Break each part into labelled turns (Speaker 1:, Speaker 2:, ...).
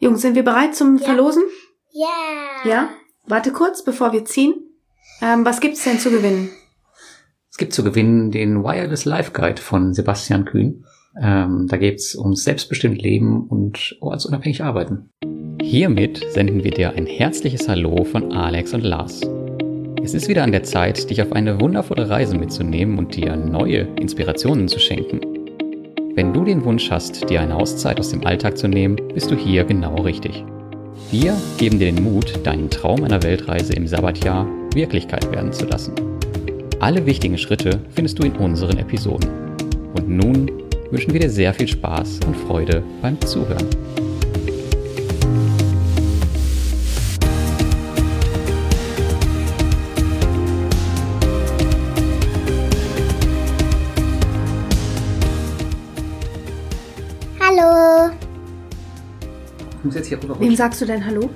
Speaker 1: Jungs, sind wir bereit zum
Speaker 2: Ja.
Speaker 1: Verlosen?
Speaker 2: Ja.
Speaker 1: Ja? Warte kurz, bevor wir ziehen. Ähm, was gibt's denn zu gewinnen?
Speaker 3: Es gibt zu gewinnen den Wireless Life Guide von Sebastian Kühn. Ähm, da geht's ums selbstbestimmte Leben und ortsunabhängig arbeiten.
Speaker 4: Hiermit senden wir dir ein herzliches Hallo von Alex und Lars. Es ist wieder an der Zeit, dich auf eine wundervolle Reise mitzunehmen und dir neue Inspirationen zu schenken. Wenn du den Wunsch hast, dir eine Auszeit aus dem Alltag zu nehmen, bist du hier genau richtig. Wir geben dir den Mut, deinen Traum einer Weltreise im Sabbatjahr Wirklichkeit werden zu lassen. Alle wichtigen Schritte findest du in unseren Episoden. Und nun wünschen wir dir sehr viel Spaß und Freude beim Zuhören.
Speaker 2: Hallo.
Speaker 3: Ich muss jetzt hier rüber
Speaker 1: Wem sagst du denn Hallo?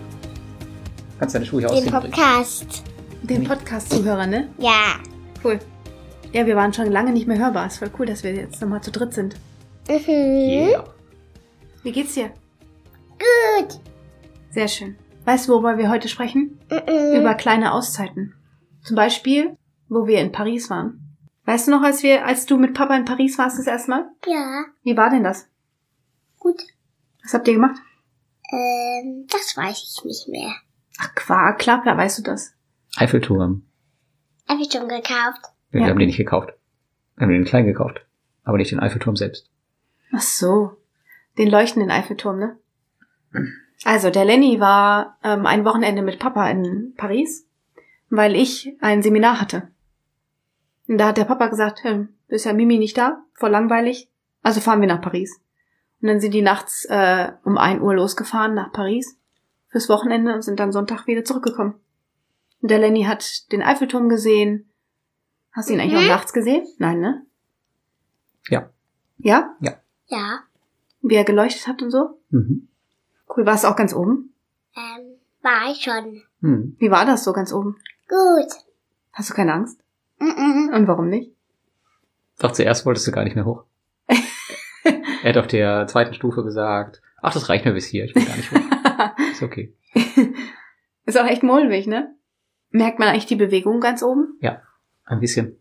Speaker 3: Kannst deine Schuhe hier
Speaker 2: Den
Speaker 3: ausziehen.
Speaker 2: Podcast.
Speaker 1: Den Podcast-Zuhörer, ne?
Speaker 2: Ja.
Speaker 1: Cool. Ja, wir waren schon lange nicht mehr hörbar. Es war cool, dass wir jetzt nochmal zu dritt sind.
Speaker 2: Mhm.
Speaker 3: Yeah.
Speaker 1: Wie geht's dir?
Speaker 2: Gut.
Speaker 1: Sehr schön. Weißt du, worüber wir heute sprechen?
Speaker 2: Mhm.
Speaker 1: Über kleine Auszeiten. Zum Beispiel, wo wir in Paris waren. Weißt du noch, als wir, als du mit Papa in Paris warst das erste Mal?
Speaker 2: ja.
Speaker 1: Wie war denn das?
Speaker 2: Gut.
Speaker 1: Was habt ihr gemacht?
Speaker 2: Ähm, das weiß ich nicht mehr.
Speaker 1: Ach, Qua, klar, klar, weißt du das.
Speaker 3: Eiffelturm.
Speaker 2: Hab ich schon gekauft.
Speaker 3: Wir
Speaker 1: Ja.
Speaker 3: haben den nicht gekauft. Wir haben den klein gekauft. Aber nicht den Eiffelturm selbst.
Speaker 1: Ach so. Den leuchtenden Eiffelturm, ne? Also, der Lenny war ähm, ein Wochenende mit Papa in Paris, weil ich ein Seminar hatte. Und da hat der Papa gesagt, hm, ist ja Mimi nicht da, voll langweilig, also fahren wir nach Paris. Und dann sind die nachts äh, um 1 Uhr losgefahren nach Paris fürs Wochenende und sind dann Sonntag wieder zurückgekommen. Und der Lenny hat den Eiffelturm gesehen. Hast du ihn eigentlich
Speaker 2: Mhm.
Speaker 1: auch nachts gesehen? Nein, ne?
Speaker 3: Ja.
Speaker 1: Ja?
Speaker 2: Ja.
Speaker 1: Wie er geleuchtet hat und so?
Speaker 3: Mhm.
Speaker 1: Cool, warst du auch ganz oben?
Speaker 2: Ähm, war ich schon.
Speaker 3: Mhm.
Speaker 1: Wie war das so ganz oben?
Speaker 2: Gut.
Speaker 1: Hast du keine Angst?
Speaker 2: Mhm.
Speaker 1: Und warum nicht?
Speaker 3: Doch zuerst wolltest du gar nicht mehr hoch. er hat auf der zweiten Stufe gesagt, ach, das reicht mir bis hier, ich will gar nicht hoch. Ist okay.
Speaker 1: Ist auch echt mulmig, ne? Merkt man eigentlich die Bewegung ganz oben?
Speaker 3: Ein bisschen,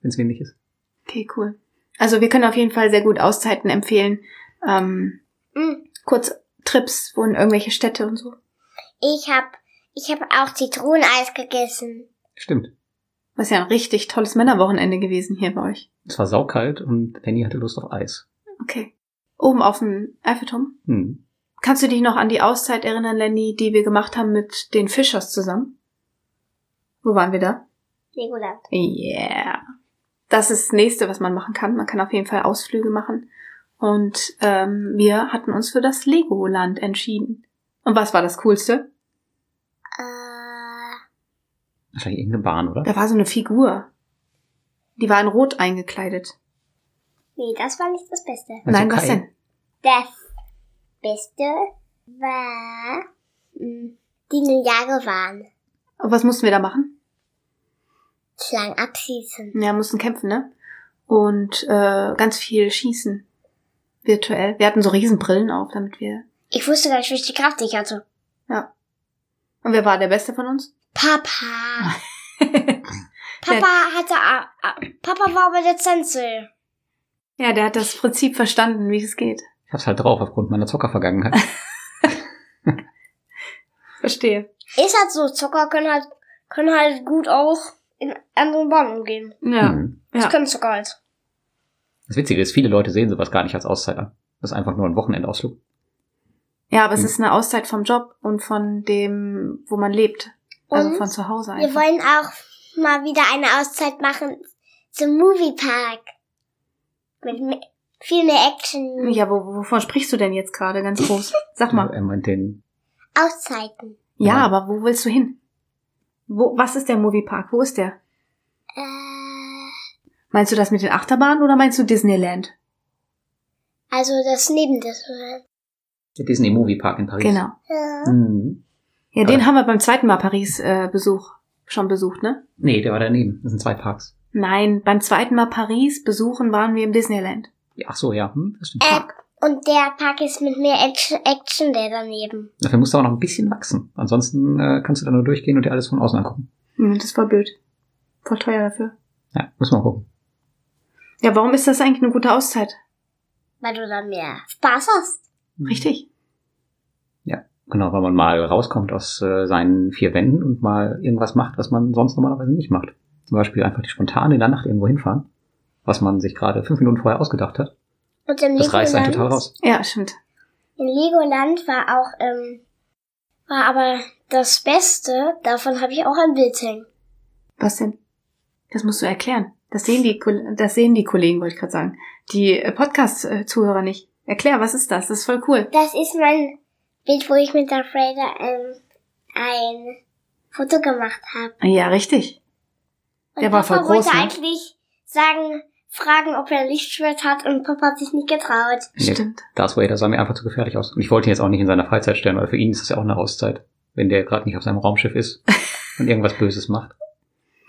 Speaker 3: wenn es windig ist.
Speaker 1: Okay, cool. Also wir können auf jeden Fall sehr gut Auszeiten empfehlen. Ähm,
Speaker 2: Mhm.
Speaker 1: kurz Trips, wo in irgendwelche Städte und so.
Speaker 2: Ich hab, ich hab auch Zitroneneis gegessen.
Speaker 3: Stimmt.
Speaker 1: Das ist ja ein richtig tolles Männerwochenende gewesen hier bei euch.
Speaker 3: Es war saukalt und Lenny hatte Lust auf Eis.
Speaker 1: Okay. Oben auf dem Eiffelturm.
Speaker 3: Hm.
Speaker 1: Kannst du dich noch an die Auszeit erinnern, Lenny, die wir gemacht haben mit den Fischers zusammen? Wo waren wir da?
Speaker 2: Legoland.
Speaker 1: Yeah. Das ist das nächste, was man machen kann. Man kann auf jeden Fall Ausflüge machen. Und ähm, wir hatten uns für das Legoland entschieden. Und was war das Coolste?
Speaker 2: Äh,
Speaker 3: Wahrscheinlich irgendeine Bahn, oder?
Speaker 1: Da war so eine Figur. Die war in Rot eingekleidet.
Speaker 2: nee, das war nicht das Beste.
Speaker 3: Also
Speaker 1: Nein, was
Speaker 3: Kai.
Speaker 1: denn?
Speaker 2: Das Beste war, mh, die Ninjago waren.
Speaker 1: Und Was mussten wir da machen?
Speaker 2: Schlangen abschießen.
Speaker 1: Ja, mussten kämpfen, ne? Und äh, ganz viel schießen. Virtuell. Wir hatten so Riesenbrillen auf, damit wir.
Speaker 2: Ich wusste gar nicht, welche Kraft ich hatte.
Speaker 1: Ja. Und wer war der Beste von uns?
Speaker 2: Papa. Papa hatte, a- a- Papa war aber der Zenzel.
Speaker 1: ja, der hat das Prinzip verstanden, wie es geht.
Speaker 3: Ich hab's halt drauf aufgrund meiner Zockervergangenheit.
Speaker 1: Verstehe.
Speaker 2: Ist halt so, Zocker können halt, können halt gut auch in anderen Bahnen gehen.
Speaker 1: Ja.
Speaker 3: Hm.
Speaker 1: Ja.
Speaker 2: Das können Zocker halt.
Speaker 3: Das Witzige ist, viele Leute sehen sowas gar nicht als Auszeit an. Das ist einfach nur ein Wochenendausflug.
Speaker 1: Ja, aber es
Speaker 3: Mhm.
Speaker 1: ist eine Auszeit vom Job und von dem, wo man lebt. Also
Speaker 2: Und
Speaker 1: von zu Hause
Speaker 2: Wir
Speaker 1: einfach.
Speaker 2: wollen auch mal wieder eine Auszeit machen zum Moviepark. Mit me- viel mehr Action.
Speaker 1: Ja, wo, wovon sprichst du denn jetzt gerade ganz groß? Sag mal.
Speaker 3: Er meint den,
Speaker 2: Auszeiten.
Speaker 1: Ja,
Speaker 3: Ja.
Speaker 1: aber wo willst du hin? Wo, was ist der Moviepark? Wo ist der?
Speaker 2: Äh,
Speaker 1: Meinst du das mit den Achterbahnen oder meinst du Disneyland?
Speaker 2: also das neben das. oder?
Speaker 3: der Disney Movie Park in Paris.
Speaker 1: Genau.
Speaker 2: Ja.
Speaker 3: Hm.
Speaker 1: Ja, den
Speaker 3: Aber-
Speaker 1: haben wir beim zweiten Mal Paris äh, Besuch schon besucht, ne?
Speaker 3: Nee, der war daneben. Das sind zwei Parks.
Speaker 1: Nein, beim zweiten Mal Paris besuchen waren wir im Disneyland.
Speaker 3: Ja, Ach so, ja. Hm, das stimmt.
Speaker 2: Äh, Und der Park ist mit mehr Action, Action der daneben.
Speaker 3: Dafür musst du aber noch ein bisschen wachsen. Ansonsten äh, kannst du da nur durchgehen und dir alles von außen angucken.
Speaker 1: Hm, das war blöd. Voll teuer dafür.
Speaker 3: Ja, müssen wir mal gucken.
Speaker 1: Ja, warum ist das eigentlich eine gute Auszeit?
Speaker 2: Weil du dann mehr Spaß hast.
Speaker 1: Richtig.
Speaker 3: Hm. Genau, weil man mal rauskommt aus äh, seinen vier Wänden und mal irgendwas macht, was man sonst normalerweise nicht macht. Zum Beispiel einfach die spontane in der Nacht irgendwo hinfahren, was man sich gerade fünf Minuten vorher ausgedacht hat.
Speaker 2: Und im
Speaker 3: Das reißt einen
Speaker 2: Legoland,
Speaker 3: total raus.
Speaker 1: Ja, stimmt.
Speaker 2: in Legoland war auch, ähm, war aber das Beste, davon habe ich auch ein Bild hängen.
Speaker 1: Was denn? Das musst du erklären. Das sehen die, Kol- das sehen die Kollegen, wollte ich gerade sagen. Die äh, Podcast-Zuhörer nicht. Erklär, was ist das? Das ist voll cool.
Speaker 2: Das ist mein Bild, wo ich mit der Freda ähm, ein Foto gemacht habe.
Speaker 1: Ja, richtig.
Speaker 2: Und
Speaker 1: Der war voll
Speaker 2: Papa
Speaker 1: groß,
Speaker 2: wollte
Speaker 1: ne?
Speaker 2: eigentlich sagen, fragen, ob er ein Lichtschwert hat und Papa hat sich nicht getraut.
Speaker 3: Nee.
Speaker 1: Stimmt.
Speaker 3: Darth Vader sah mir einfach zu gefährlich aus. Und ich wollte ihn jetzt auch nicht in seiner Freizeit stellen, weil für ihn ist das ja auch eine Auszeit, wenn der gerade nicht auf seinem Raumschiff ist und irgendwas Böses macht.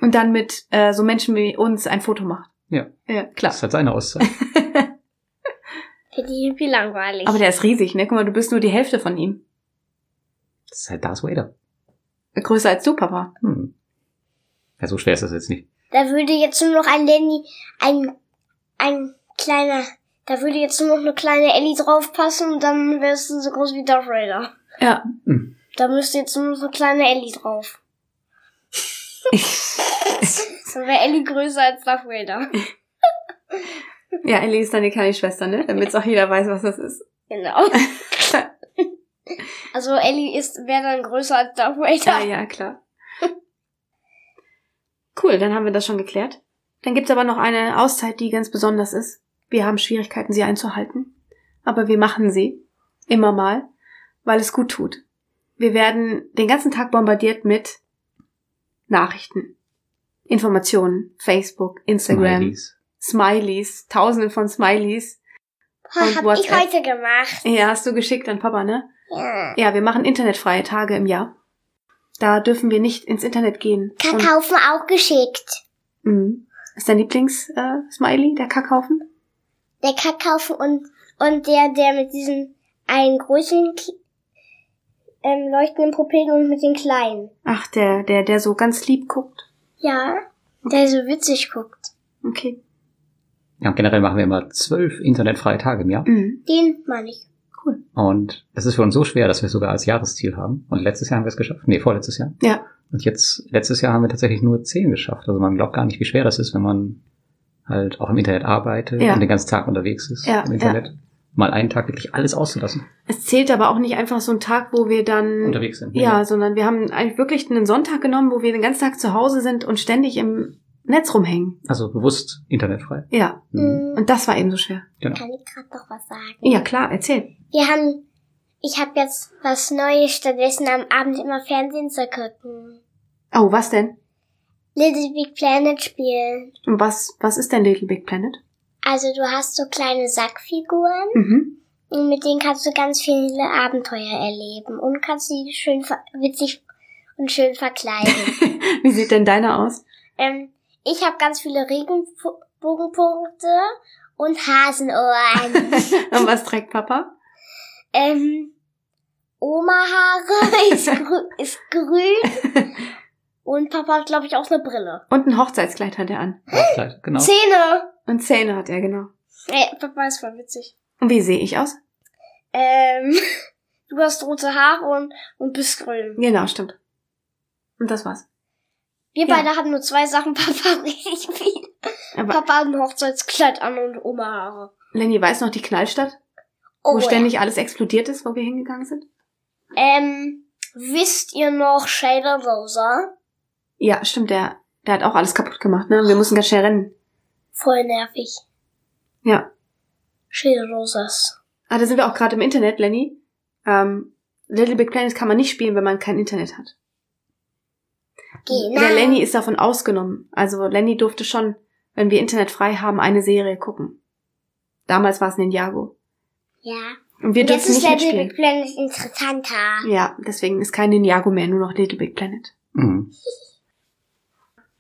Speaker 1: Und dann mit äh, so Menschen wie uns ein Foto macht.
Speaker 3: Ja.
Speaker 1: Ja, klar.
Speaker 3: Das ist halt seine Auszeit.
Speaker 2: Finde ich irgendwie langweilig.
Speaker 1: Aber der ist riesig, ne? Guck mal, du bist nur die Hälfte von ihm.
Speaker 3: Das ist halt Darth Vader.
Speaker 1: Größer als du, Papa.
Speaker 3: Hm. Ja, so schwer ist das jetzt nicht.
Speaker 2: da würde jetzt nur noch ein Lenny, ein, ein kleiner, da würde jetzt nur noch eine kleine Ellie draufpassen und dann wärst du so groß wie Darth Vader.
Speaker 1: Ja.
Speaker 3: Hm.
Speaker 2: Da müsste jetzt nur noch eine kleine Ellie drauf. Dann wäre Ellie größer als Darth Vader.
Speaker 1: ja, Ellie ist deine kleine Schwester, ne? Damit auch jeder weiß, was das ist.
Speaker 2: Genau. Also Ellie ist, wäre dann größer als Darth
Speaker 1: Ja,
Speaker 2: Vader.
Speaker 1: ja, klar. Cool, dann haben wir das schon geklärt. Dann gibt's aber noch eine Auszeit, die ganz besonders ist. Wir haben Schwierigkeiten, sie einzuhalten. Aber wir machen sie. Immer mal. Weil es gut tut. Wir werden den ganzen Tag bombardiert mit Nachrichten. Informationen. Facebook, Instagram.
Speaker 3: Smileys.
Speaker 1: Smileys. Tausende von Smileys.
Speaker 2: Ha,
Speaker 1: Und
Speaker 2: hab ich
Speaker 1: WhatsApp.
Speaker 2: heute gemacht.
Speaker 1: Ja, hast du geschickt an Papa, ne?
Speaker 2: Ja.
Speaker 1: Ja, wir machen internetfreie Tage im Jahr. Da dürfen wir nicht ins Internet gehen. Und-
Speaker 2: Kackhaufen auch geschickt.
Speaker 1: Mhm. Ist dein Lieblings-Smiley der Kackhaufen?
Speaker 2: Der Kackhaufen und, und der, der mit diesem einen großen K- ähm, leuchtenden Pupillen und mit den kleinen.
Speaker 1: Ach, der, der, der so ganz lieb guckt.
Speaker 2: Ja, der so witzig guckt.
Speaker 1: Okay.
Speaker 3: Ja, und generell machen wir immer zwölf internetfreie Tage im Jahr.
Speaker 1: Mhm.
Speaker 2: Den meine ich.
Speaker 3: Und es ist für uns so schwer, dass wir es sogar als Jahresziel haben. Und letztes Jahr haben wir es geschafft. Nee, vorletztes Jahr.
Speaker 1: Ja.
Speaker 3: Und jetzt, letztes Jahr haben wir tatsächlich nur zehn geschafft. Also man glaubt gar nicht, wie schwer das ist, wenn man halt auch im Internet arbeitet
Speaker 1: Ja.
Speaker 3: und den ganzen Tag unterwegs ist
Speaker 1: Ja,
Speaker 3: im Internet. Mal einen Tag wirklich alles auszulassen.
Speaker 1: Es zählt aber auch nicht einfach so ein Tag, wo wir dann.
Speaker 3: Unterwegs sind.
Speaker 1: Mhm. Ja, sondern wir haben eigentlich wirklich einen Sonntag genommen, wo wir den ganzen Tag zu Hause sind und ständig im Netz rumhängen.
Speaker 3: Also bewusst internetfrei.
Speaker 1: Ja.
Speaker 3: Mhm.
Speaker 1: Und das war eben so schwer.
Speaker 2: Hm, Kann ich gerade noch was sagen?
Speaker 1: Ja, klar, erzähl.
Speaker 2: Wir haben, ich habe jetzt was Neues stattdessen am Abend immer Fernsehen zu gucken.
Speaker 1: Oh, was denn?
Speaker 2: Little Big Planet spielen.
Speaker 1: Und was, was ist denn Little Big Planet?
Speaker 2: Also du hast so kleine Sackfiguren
Speaker 1: Mhm.
Speaker 2: und mit denen kannst du ganz viele Abenteuer erleben und kannst sie schön ver- witzig und schön verkleiden.
Speaker 1: Wie sieht denn deiner aus?
Speaker 2: Ähm, ich habe ganz viele Regenbogenpunkte und Hasenohren.
Speaker 1: Und was trägt Papa?
Speaker 2: ähm, Oma-Haare ist, grü ist grün. Und Papa hat, glaube ich, auch eine Brille.
Speaker 1: Und ein Hochzeitskleid hat er an.
Speaker 3: Hochzeit, Genau.
Speaker 2: Zähne.
Speaker 1: Und Zähne hat er, genau.
Speaker 2: Äh, Papa ist voll witzig.
Speaker 1: Und wie sehe ich aus?
Speaker 2: Ähm, du hast rote Haare und, und bist grün.
Speaker 1: Genau, stimmt. Und das war's.
Speaker 2: Wir
Speaker 1: Ja.
Speaker 2: beide haben nur zwei Sachen, Papa richtig viel.
Speaker 1: Aber
Speaker 2: Papa hat ein Hochzeitskleid an und Oma-Haare.
Speaker 1: Lenny weiß noch die Knallstadt, wo
Speaker 2: Oh, ja.
Speaker 1: ständig alles explodiert ist, wo wir hingegangen sind?
Speaker 2: Ähm, wisst ihr noch Shader Rosa?
Speaker 1: Ja, stimmt, der, der hat auch alles kaputt gemacht, ne? Und Wir mussten ganz schnell rennen.
Speaker 2: Voll nervig.
Speaker 1: Ja.
Speaker 2: Shader Rosas.
Speaker 1: Ah, da sind wir auch gerade im Internet, Lenny. Ähm, Little Big Planet kann man nicht spielen, wenn man kein Internet hat.
Speaker 2: Genau.
Speaker 1: Der Lenny ist davon ausgenommen. Also Lenny durfte schon, wenn wir Internet frei haben, eine Serie gucken. Damals war es Ninjago.
Speaker 2: Ja.
Speaker 1: Und wir
Speaker 2: Und jetzt
Speaker 1: durften
Speaker 2: ist
Speaker 1: nicht
Speaker 2: Little Big
Speaker 1: mitspielen.
Speaker 2: Planet interessanter.
Speaker 1: Ja, deswegen ist kein Ninjago mehr, nur noch Little Big Planet.
Speaker 3: Mhm.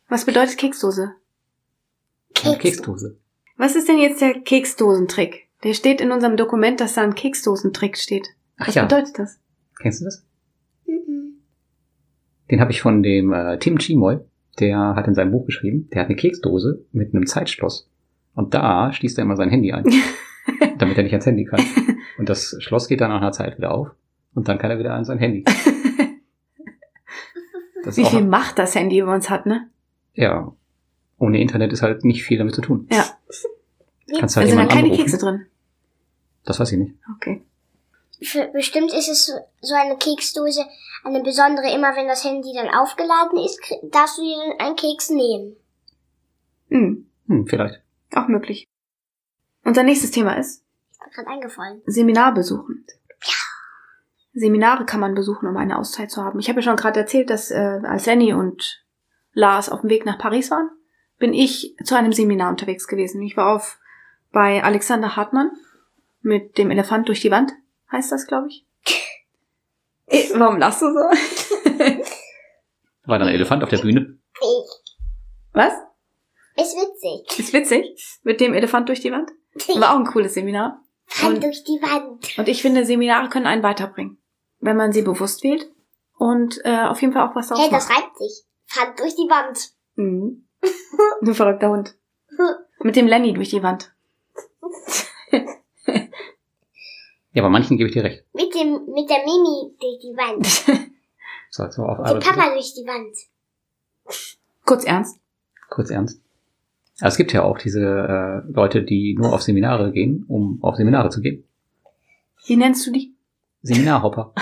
Speaker 1: Was bedeutet Keksdose?
Speaker 3: Und Keksdose.
Speaker 1: Was ist denn jetzt der Keksdosentrick? Der steht in unserem Dokument, dass da ein Keksdosentrick steht.
Speaker 3: Ach
Speaker 1: Was
Speaker 3: ja,
Speaker 1: bedeutet das?
Speaker 3: kennst du das?
Speaker 2: Mhm.
Speaker 3: Den habe ich von dem äh, Tim Chimoy, der hat in seinem Buch geschrieben, der hat eine Keksdose mit einem Zeitschloss. Und da schließt er immer sein Handy ein, damit er nicht ans Handy kann. Und das Schloss geht dann nach einer Zeit wieder auf und dann kann er wieder an sein Handy. Das ist
Speaker 1: Wie viel
Speaker 3: auch,
Speaker 1: Macht das Handy über uns hat, ne?
Speaker 3: ja, ohne Internet ist halt nicht viel damit zu tun.
Speaker 1: Ja. Da
Speaker 3: Kannst halt
Speaker 1: sind Also da
Speaker 3: jemanden
Speaker 1: keine
Speaker 3: anrufen.
Speaker 1: Kekse drin.
Speaker 3: Das weiß ich nicht.
Speaker 1: Okay.
Speaker 2: Für, bestimmt ist es so- so eine Keksdose, eine besondere. Immer wenn das Handy dann aufgeladen ist, krie- darfst du dir dann einen Keks nehmen.
Speaker 1: Hm,
Speaker 3: Hm, vielleicht.
Speaker 1: auch möglich. Unser nächstes Thema ist
Speaker 2: Ist mir gerade eingefallen.
Speaker 1: Seminar besuchen. Seminare kann man besuchen, um eine Auszeit zu haben. Ich habe ja schon gerade erzählt, dass äh, als Lenny und Lars auf dem Weg nach Paris waren, bin ich zu einem Seminar unterwegs gewesen. Ich war auf bei Alexander Hartmann mit dem Elefant durch die Wand, heißt das, glaube ich. Äh, Warum lachst du so?
Speaker 3: War da ein Elefant auf der Bühne?
Speaker 2: Ich.
Speaker 1: Was?
Speaker 2: Ist witzig.
Speaker 1: Ist witzig. Mit dem Elefant durch die Wand. War auch ein cooles Seminar.
Speaker 2: Renn durch die Wand.
Speaker 1: Und ich finde, Seminare können einen weiterbringen, wenn man sie bewusst wählt und äh, auf jeden Fall auch was daraus
Speaker 2: Hey, das
Speaker 1: macht.
Speaker 2: reibt sich. Renn durch die Wand.
Speaker 1: Mhm. Du verrückter Hund. Mit dem Lenny durch die Wand.
Speaker 3: Ja, bei manchen gebe ich dir recht.
Speaker 2: Mit dem, mit der Mimi durch die Wand.
Speaker 3: So, so auf
Speaker 2: Mit
Speaker 3: einmal.
Speaker 2: dem Papa durch die Wand.
Speaker 1: Kurz ernst.
Speaker 3: Kurz ernst. Aber es gibt ja auch diese äh, Leute, die nur auf Seminare gehen, um auf Seminare zu gehen.
Speaker 1: Wie nennst du die?
Speaker 3: Seminarhopper.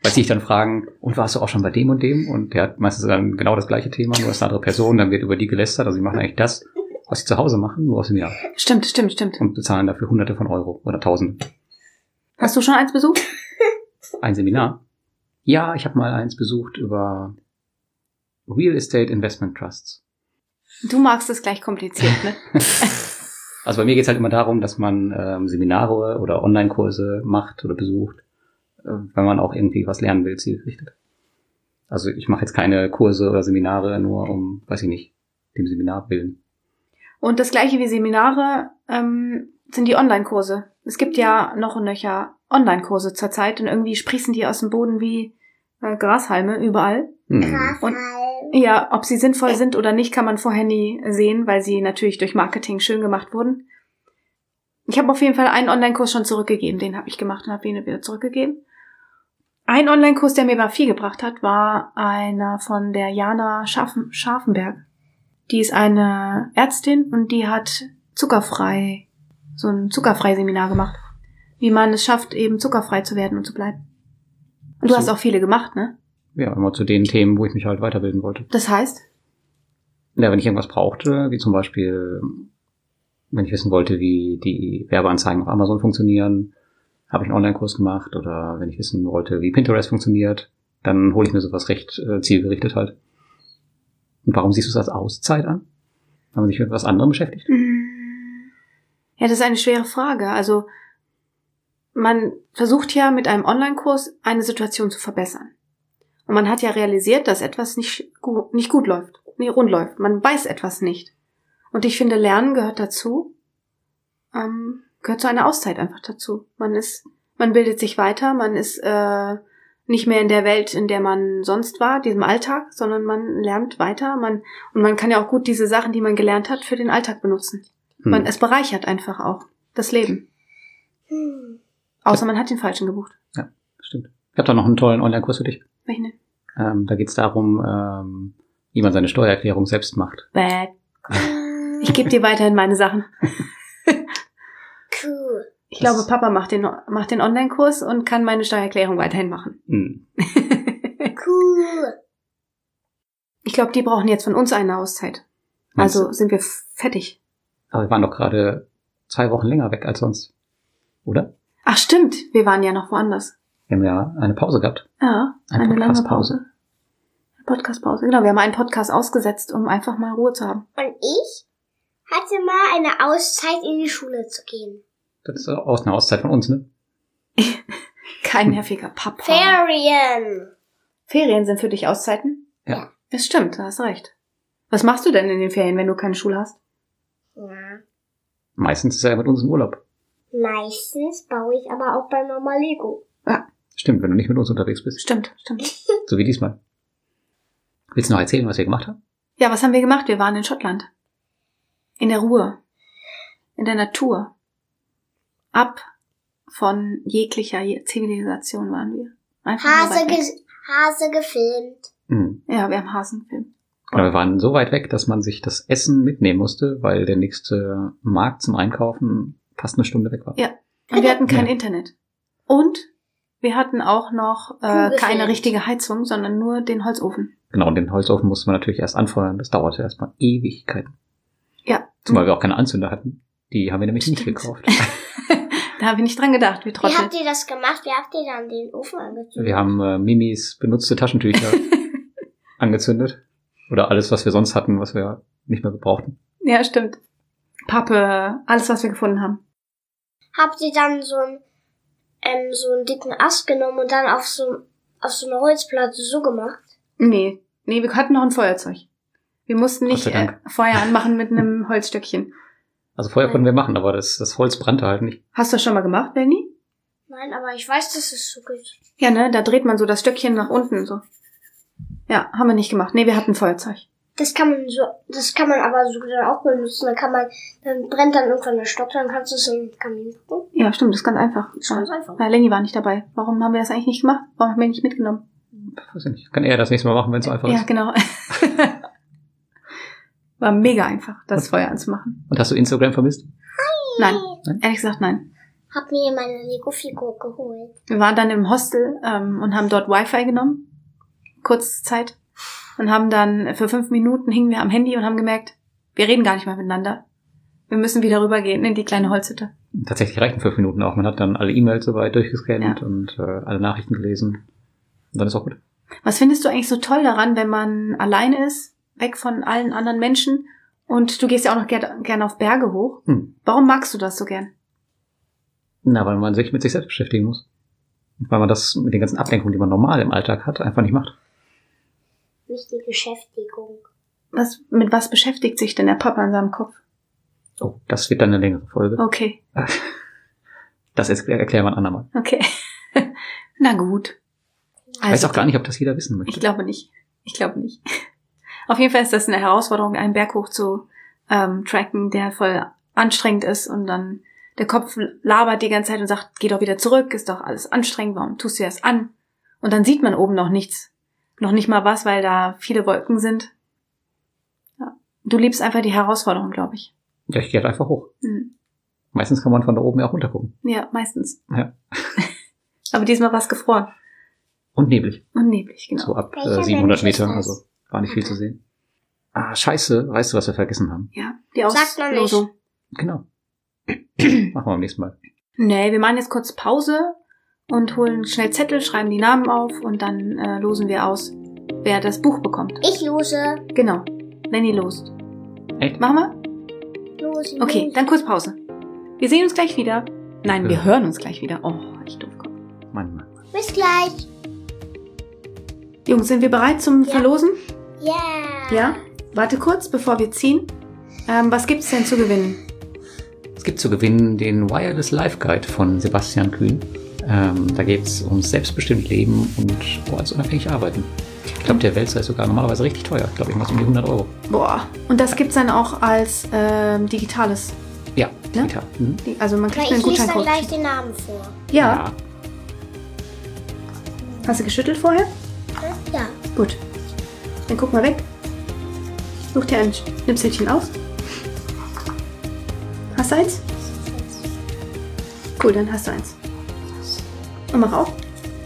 Speaker 3: Weil sie dich dann fragen, und warst du auch schon bei dem und dem? Und der hat meistens dann genau das gleiche Thema, nur ist eine andere Person, dann wird über die gelästert. Also sie machen eigentlich das, was sie zu Hause machen, nur auf Seminar.
Speaker 1: Stimmt, stimmt, stimmt.
Speaker 3: Und bezahlen dafür hunderte von Euro oder tausende.
Speaker 1: Hast du schon eins besucht?
Speaker 3: Ein Seminar? Ja, ich habe mal eins besucht über Real Estate Investment Trusts.
Speaker 1: Du magst es gleich kompliziert, ne?
Speaker 3: Also bei mir geht's halt immer darum, dass man ähm, Seminare oder Online-Kurse macht oder besucht, äh, wenn man auch irgendwie was lernen will, zielgerichtet. Also ich mache jetzt keine Kurse oder Seminare nur um, weiß ich nicht, dem Seminar willen.
Speaker 1: Und das gleiche wie Seminare ähm, sind die Online-Kurse. Es gibt ja noch und nöcher Online-Kurse zurzeit und irgendwie sprießen die aus dem Boden wie äh, Grashalme überall.
Speaker 3: Hm.
Speaker 2: Krass.
Speaker 1: Mhm. Und-
Speaker 2: Alter.
Speaker 1: Ja, ob sie sinnvoll sind oder nicht, kann man vorher nie sehen, weil sie natürlich durch Marketing schön gemacht wurden. Ich habe auf jeden Fall einen Online-Kurs schon zurückgegeben, den habe ich gemacht und habe ihn wieder zurückgegeben. Ein Online-Kurs, der mir aber viel gebracht hat, war einer von der Jana Schaffen, Scharfenberg. Die ist eine Ärztin und die hat zuckerfrei, so ein zuckerfrei Seminar gemacht. Wie man es schafft, eben zuckerfrei zu werden und zu bleiben. Und du
Speaker 3: So.
Speaker 1: hast auch viele gemacht, ne?
Speaker 3: Ja, immer zu den Themen, wo ich mich halt weiterbilden wollte.
Speaker 1: Das heißt,
Speaker 3: Ja, wenn ich irgendwas brauchte, wie zum Beispiel, wenn ich wissen wollte, wie die Werbeanzeigen auf Amazon funktionieren, habe ich einen Online-Kurs gemacht oder wenn ich wissen wollte, wie Pinterest funktioniert, dann hole ich mir sowas recht äh, zielgerichtet halt. Und warum siehst du es als Auszeit an? Wenn man sich mit was anderem beschäftigt?
Speaker 1: Mm. Ja, das ist eine schwere Frage. Also man versucht ja mit einem Online-Kurs eine Situation zu verbessern. Und man hat ja realisiert, dass etwas nicht, gu- nicht gut läuft, nee, rund läuft. Man weiß etwas nicht. Und ich finde, Lernen gehört dazu, ähm, gehört zu einer Auszeit einfach dazu. Man ist, man bildet sich weiter, man ist äh, nicht mehr in der Welt, in der man sonst war, diesem Alltag, sondern man lernt weiter, man und man kann ja auch gut diese Sachen, die man gelernt hat, für den Alltag benutzen.
Speaker 3: Hm.
Speaker 1: Man, es bereichert einfach auch das Leben.
Speaker 2: Hm.
Speaker 1: Außer man hat den falschen gebucht.
Speaker 3: Stimmt. Ich habe da noch einen tollen Online-Kurs für dich.
Speaker 1: Welchen denn?
Speaker 3: Ähm, da geht's darum, ähm, wie man seine Steuererklärung selbst macht.
Speaker 1: Bad. Ich gebe dir weiterhin meine Sachen.
Speaker 2: Cool.
Speaker 1: Ich
Speaker 3: Das-
Speaker 1: glaube, Papa macht den, macht den Online-Kurs und kann meine Steuererklärung weiterhin machen.
Speaker 3: Hm.
Speaker 2: Cool.
Speaker 1: Ich glaube, die brauchen jetzt von uns eine Auszeit. Also sind wir fertig.
Speaker 3: Aber wir waren doch gerade zwei Wochen länger weg als sonst. Oder?
Speaker 1: Ach stimmt, wir waren ja noch woanders.
Speaker 3: Wir haben ja eine Pause gehabt.
Speaker 1: Ja,
Speaker 3: Eine
Speaker 1: eine lange
Speaker 3: Podcast-Pause.
Speaker 1: Pause. Podcast-Pause, genau. Wir haben einen Podcast ausgesetzt, um einfach mal Ruhe zu haben.
Speaker 2: Und ich hatte mal eine Auszeit in die Schule zu gehen.
Speaker 3: Das ist aus einer Auszeit von uns, ne? Hm.
Speaker 1: Kein nerviger Papa.
Speaker 2: Ferien.
Speaker 1: Ferien sind für dich Auszeiten?
Speaker 3: Ja.
Speaker 1: Das stimmt, da hast recht. Was machst du denn in den Ferien, wenn du keine Schule hast?
Speaker 2: Ja.
Speaker 3: Meistens ist er ja mit uns im Urlaub.
Speaker 2: Meistens baue ich aber auch bei Mama Lego.
Speaker 3: Stimmt, wenn du nicht mit uns unterwegs bist.
Speaker 1: Stimmt, stimmt.
Speaker 3: So wie diesmal. Willst du noch erzählen, was wir gemacht haben?
Speaker 1: Ja, was haben wir gemacht? Wir waren in Schottland. In der Ruhe. In der Natur. Ab von jeglicher Je- Zivilisation waren wir. Einfach nur
Speaker 2: Hase,
Speaker 1: weit weg.
Speaker 2: ge Hase gefilmt.
Speaker 3: Hm.
Speaker 1: Ja, wir haben Hasen gefilmt.
Speaker 3: Genau, wir waren so weit weg, dass man sich das Essen mitnehmen musste, weil der nächste Markt zum Einkaufen fast eine Stunde weg war.
Speaker 1: Ja. Und wir hatten kein
Speaker 3: Ja.
Speaker 1: Internet. Und wir hatten auch noch äh,
Speaker 2: Kugelfeld.
Speaker 1: keine richtige Heizung, sondern nur den Holzofen.
Speaker 3: Genau, und den Holzofen musste man natürlich erst anfeuern. Das dauerte erstmal Ewigkeiten.
Speaker 1: Ja.
Speaker 3: Zumal wir auch keine Anzünder hatten. Die haben wir nämlich nicht
Speaker 1: Stimmt.
Speaker 3: gekauft.
Speaker 1: Da haben wir nicht dran gedacht, wie
Speaker 2: Wie
Speaker 1: Trottel.
Speaker 2: habt ihr das gemacht? Wie habt ihr dann den Ofen angezündet?
Speaker 3: Wir haben äh, Mimis benutzte Taschentücher angezündet. Oder alles, was wir sonst hatten, was wir nicht mehr gebrauchten.
Speaker 1: Ja, stimmt. Pappe, alles, was wir gefunden haben.
Speaker 2: Habt ihr dann so einen, ähm, so einen dicken Ast genommen und dann auf so, auf so eine Holzplatte so gemacht?
Speaker 1: Nee, nee, wir hatten noch ein Feuerzeug. Wir mussten
Speaker 3: Gott
Speaker 1: nicht
Speaker 3: sei
Speaker 1: äh,
Speaker 3: Dank.
Speaker 1: Feuer anmachen mit einem Holzstöckchen.
Speaker 3: Also Feuer konnten wir machen, aber das, das Holz brannte halt nicht.
Speaker 1: Hast du das schon mal gemacht, Benny?
Speaker 2: Nein, aber ich weiß, dass es so gibt.
Speaker 1: Ja, ne, da dreht man so das Stöckchen nach unten so. Ja, haben wir nicht gemacht. Nee, wir hatten Feuerzeug.
Speaker 2: Das kann man so, das kann man aber so dann auch benutzen. Dann kann man, dann brennt dann irgendwann der Stock, dann kannst du es in den Kamin packen.
Speaker 1: Ja, stimmt, das ist ganz einfach.
Speaker 2: Das ist ganz einfach.
Speaker 1: Na, Lenny war nicht dabei. Warum haben wir das eigentlich nicht gemacht? Warum haben wir ihn nicht mitgenommen?
Speaker 3: Weiß ich nicht. Kann er das nächste Mal machen, wenn es so einfach
Speaker 1: ja,
Speaker 3: ist.
Speaker 1: genau. war mega einfach, das Feuer anzumachen.
Speaker 3: Und hast du Instagram vermisst?
Speaker 1: Nein,
Speaker 3: Nein?
Speaker 1: ehrlich gesagt nein.
Speaker 2: Hab mir meine Lego-Figur geholt.
Speaker 1: Wir waren dann im Hostel ähm, und haben dort Wi-Fi genommen. Kurze Zeit. Und haben dann für fünf Minuten hingen wir am Handy und haben gemerkt, wir reden gar nicht mehr miteinander. Wir müssen wieder rübergehen in die kleine Holzhütte.
Speaker 3: Tatsächlich reichen fünf Minuten auch. Man hat dann alle E-Mails soweit durchgescannt und äh, alle Nachrichten gelesen. Und dann ist auch gut.
Speaker 1: Was findest du eigentlich so toll daran, wenn man alleine ist, weg von allen anderen Menschen und du gehst ja auch noch ger gerne auf Berge hoch?
Speaker 3: Hm.
Speaker 1: Warum magst du das so gern?
Speaker 3: Na, weil man sich mit sich selbst beschäftigen muss. Und Weil man das mit den ganzen Ablenkungen, die man normal im Alltag hat, einfach nicht macht.
Speaker 2: Nicht die Beschäftigung.
Speaker 1: Was, mit was beschäftigt sich denn der Papa in seinem Kopf?
Speaker 3: Oh, das wird dann eine längere Folge.
Speaker 1: Okay,
Speaker 3: Das erklär- erklären wir ein andermal.
Speaker 1: okay. Na gut. Also,
Speaker 3: Ich weiß auch gar nicht, ob das jeder wissen
Speaker 1: Ich
Speaker 3: möchte.
Speaker 1: glaube nicht. Ich glaube nicht. Auf jeden Fall ist das eine Herausforderung, einen Berg hoch zu ähm, tracken, der voll anstrengend ist und dann der Kopf labert die ganze Zeit und sagt, geh doch wieder zurück, ist doch alles anstrengend, warum tust du das an? Und dann sieht man oben noch nichts. Noch nicht mal was, weil da viele Wolken sind. Ja. Du liebst einfach die Herausforderung, glaube ich.
Speaker 3: Ja, ich gehe halt einfach hoch.
Speaker 1: Hm.
Speaker 3: Meistens kann man von da oben ja auch runtergucken.
Speaker 1: Ja, meistens.
Speaker 3: Ja.
Speaker 1: Aber diesmal war es gefroren
Speaker 3: Und neblig.
Speaker 1: und neblig, genau.
Speaker 3: So ab äh,
Speaker 2: Welcher
Speaker 3: 700
Speaker 2: Mensch ist
Speaker 3: Meter,
Speaker 2: das?
Speaker 3: also war nicht viel zu sehen. Ah, scheiße, weißt du, was wir vergessen haben?
Speaker 1: Ja, die
Speaker 2: Sagt man nicht.
Speaker 1: Auslosung.
Speaker 3: Genau. Machen wir beim nächsten Mal.
Speaker 1: Nee, wir machen jetzt kurz Pause und holen schnell Zettel, schreiben die Namen auf und dann äh, losen wir aus, wer das Buch bekommt.
Speaker 2: Ich lose.
Speaker 1: Genau. Lenny lost.
Speaker 3: Echt?
Speaker 1: Machen wir?
Speaker 2: Lose.
Speaker 1: Okay, dann kurz Pause. Wir sehen uns gleich wieder. Nein, wir
Speaker 3: Ja.
Speaker 1: hören uns gleich wieder. Oh, ich doof. Kopf.
Speaker 3: Manchmal.
Speaker 2: Bis gleich.
Speaker 1: Jungs, sind wir bereit zum
Speaker 2: Ja.
Speaker 1: Verlosen?
Speaker 2: Yeah.
Speaker 1: Ja? Warte kurz, bevor wir ziehen. Ähm, was gibt's denn zu gewinnen?
Speaker 3: Es gibt zu gewinnen den Wireless Life Guide von Sebastian Kühn. Ähm, da geht es ums selbstbestimmt Leben und ortsunabhängig arbeiten. Ich glaube, der Wälzer ist sogar normalerweise richtig teuer. Ich glaube, irgendwas um die 100 Euro.
Speaker 1: Boah. Und das gibt's dann auch als ähm, digitales.
Speaker 3: Ja,
Speaker 1: Ja?
Speaker 3: digital. Mhm.
Speaker 1: Die- Also man
Speaker 2: Na,
Speaker 1: kriegt einen
Speaker 2: ich lese dann
Speaker 1: Gutscheincode.
Speaker 2: gleich den Namen vor.
Speaker 1: Ja. Hast du geschüttelt vorher?
Speaker 2: Ja.
Speaker 1: Gut. Dann guck mal weg. Such dir ein Schnipselchen aus. Hast du eins? Cool, dann hast du eins. Und mach auf.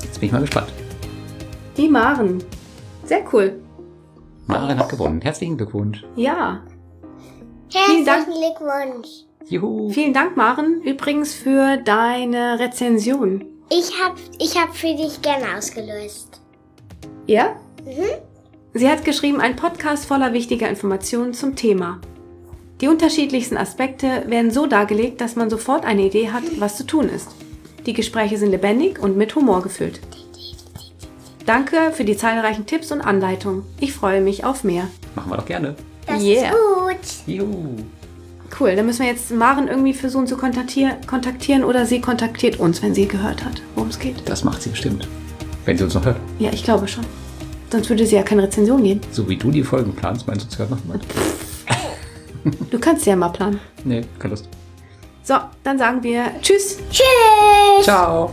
Speaker 3: Jetzt bin ich mal gespannt.
Speaker 1: Die Maren. Sehr cool.
Speaker 3: Maren hat gewonnen. Herzlichen Glückwunsch.
Speaker 1: Ja. Vielen Dank.
Speaker 2: Herzlichen Glückwunsch.
Speaker 3: Juhu.
Speaker 1: Vielen Dank, Maren, übrigens für deine Rezension.
Speaker 2: Ich hab, ich hab für dich gerne ausgelöst.
Speaker 1: Ja?
Speaker 2: Mhm.
Speaker 1: Sie hat geschrieben, ein Podcast voller wichtiger Informationen zum Thema. Die unterschiedlichsten Aspekte werden so dargelegt, dass man sofort eine Idee hat, was zu tun ist. Die Gespräche sind lebendig und mit Humor gefüllt. Danke für die zahlreichen Tipps und Anleitungen. Ich freue mich auf mehr.
Speaker 3: Machen wir doch gerne.
Speaker 2: Das
Speaker 1: Yeah.
Speaker 2: ist gut.
Speaker 3: Juhu.
Speaker 1: cool. Dann müssen wir jetzt Maren irgendwie versuchen zu kontaktier kontaktieren oder sie kontaktiert uns, wenn sie gehört hat, worum es geht.
Speaker 3: Das macht sie bestimmt. Wenn sie uns noch hört.
Speaker 1: Ja, ich glaube schon. Sonst würde sie ja keine Rezension geben.
Speaker 3: So wie du die Folgen planst, meinst du, sie hört noch jemand?
Speaker 1: Du kannst sie ja mal planen.
Speaker 3: Nee, keine Lust.
Speaker 1: So, dann sagen wir Tschüss.
Speaker 2: Tschüss.
Speaker 3: Ciao.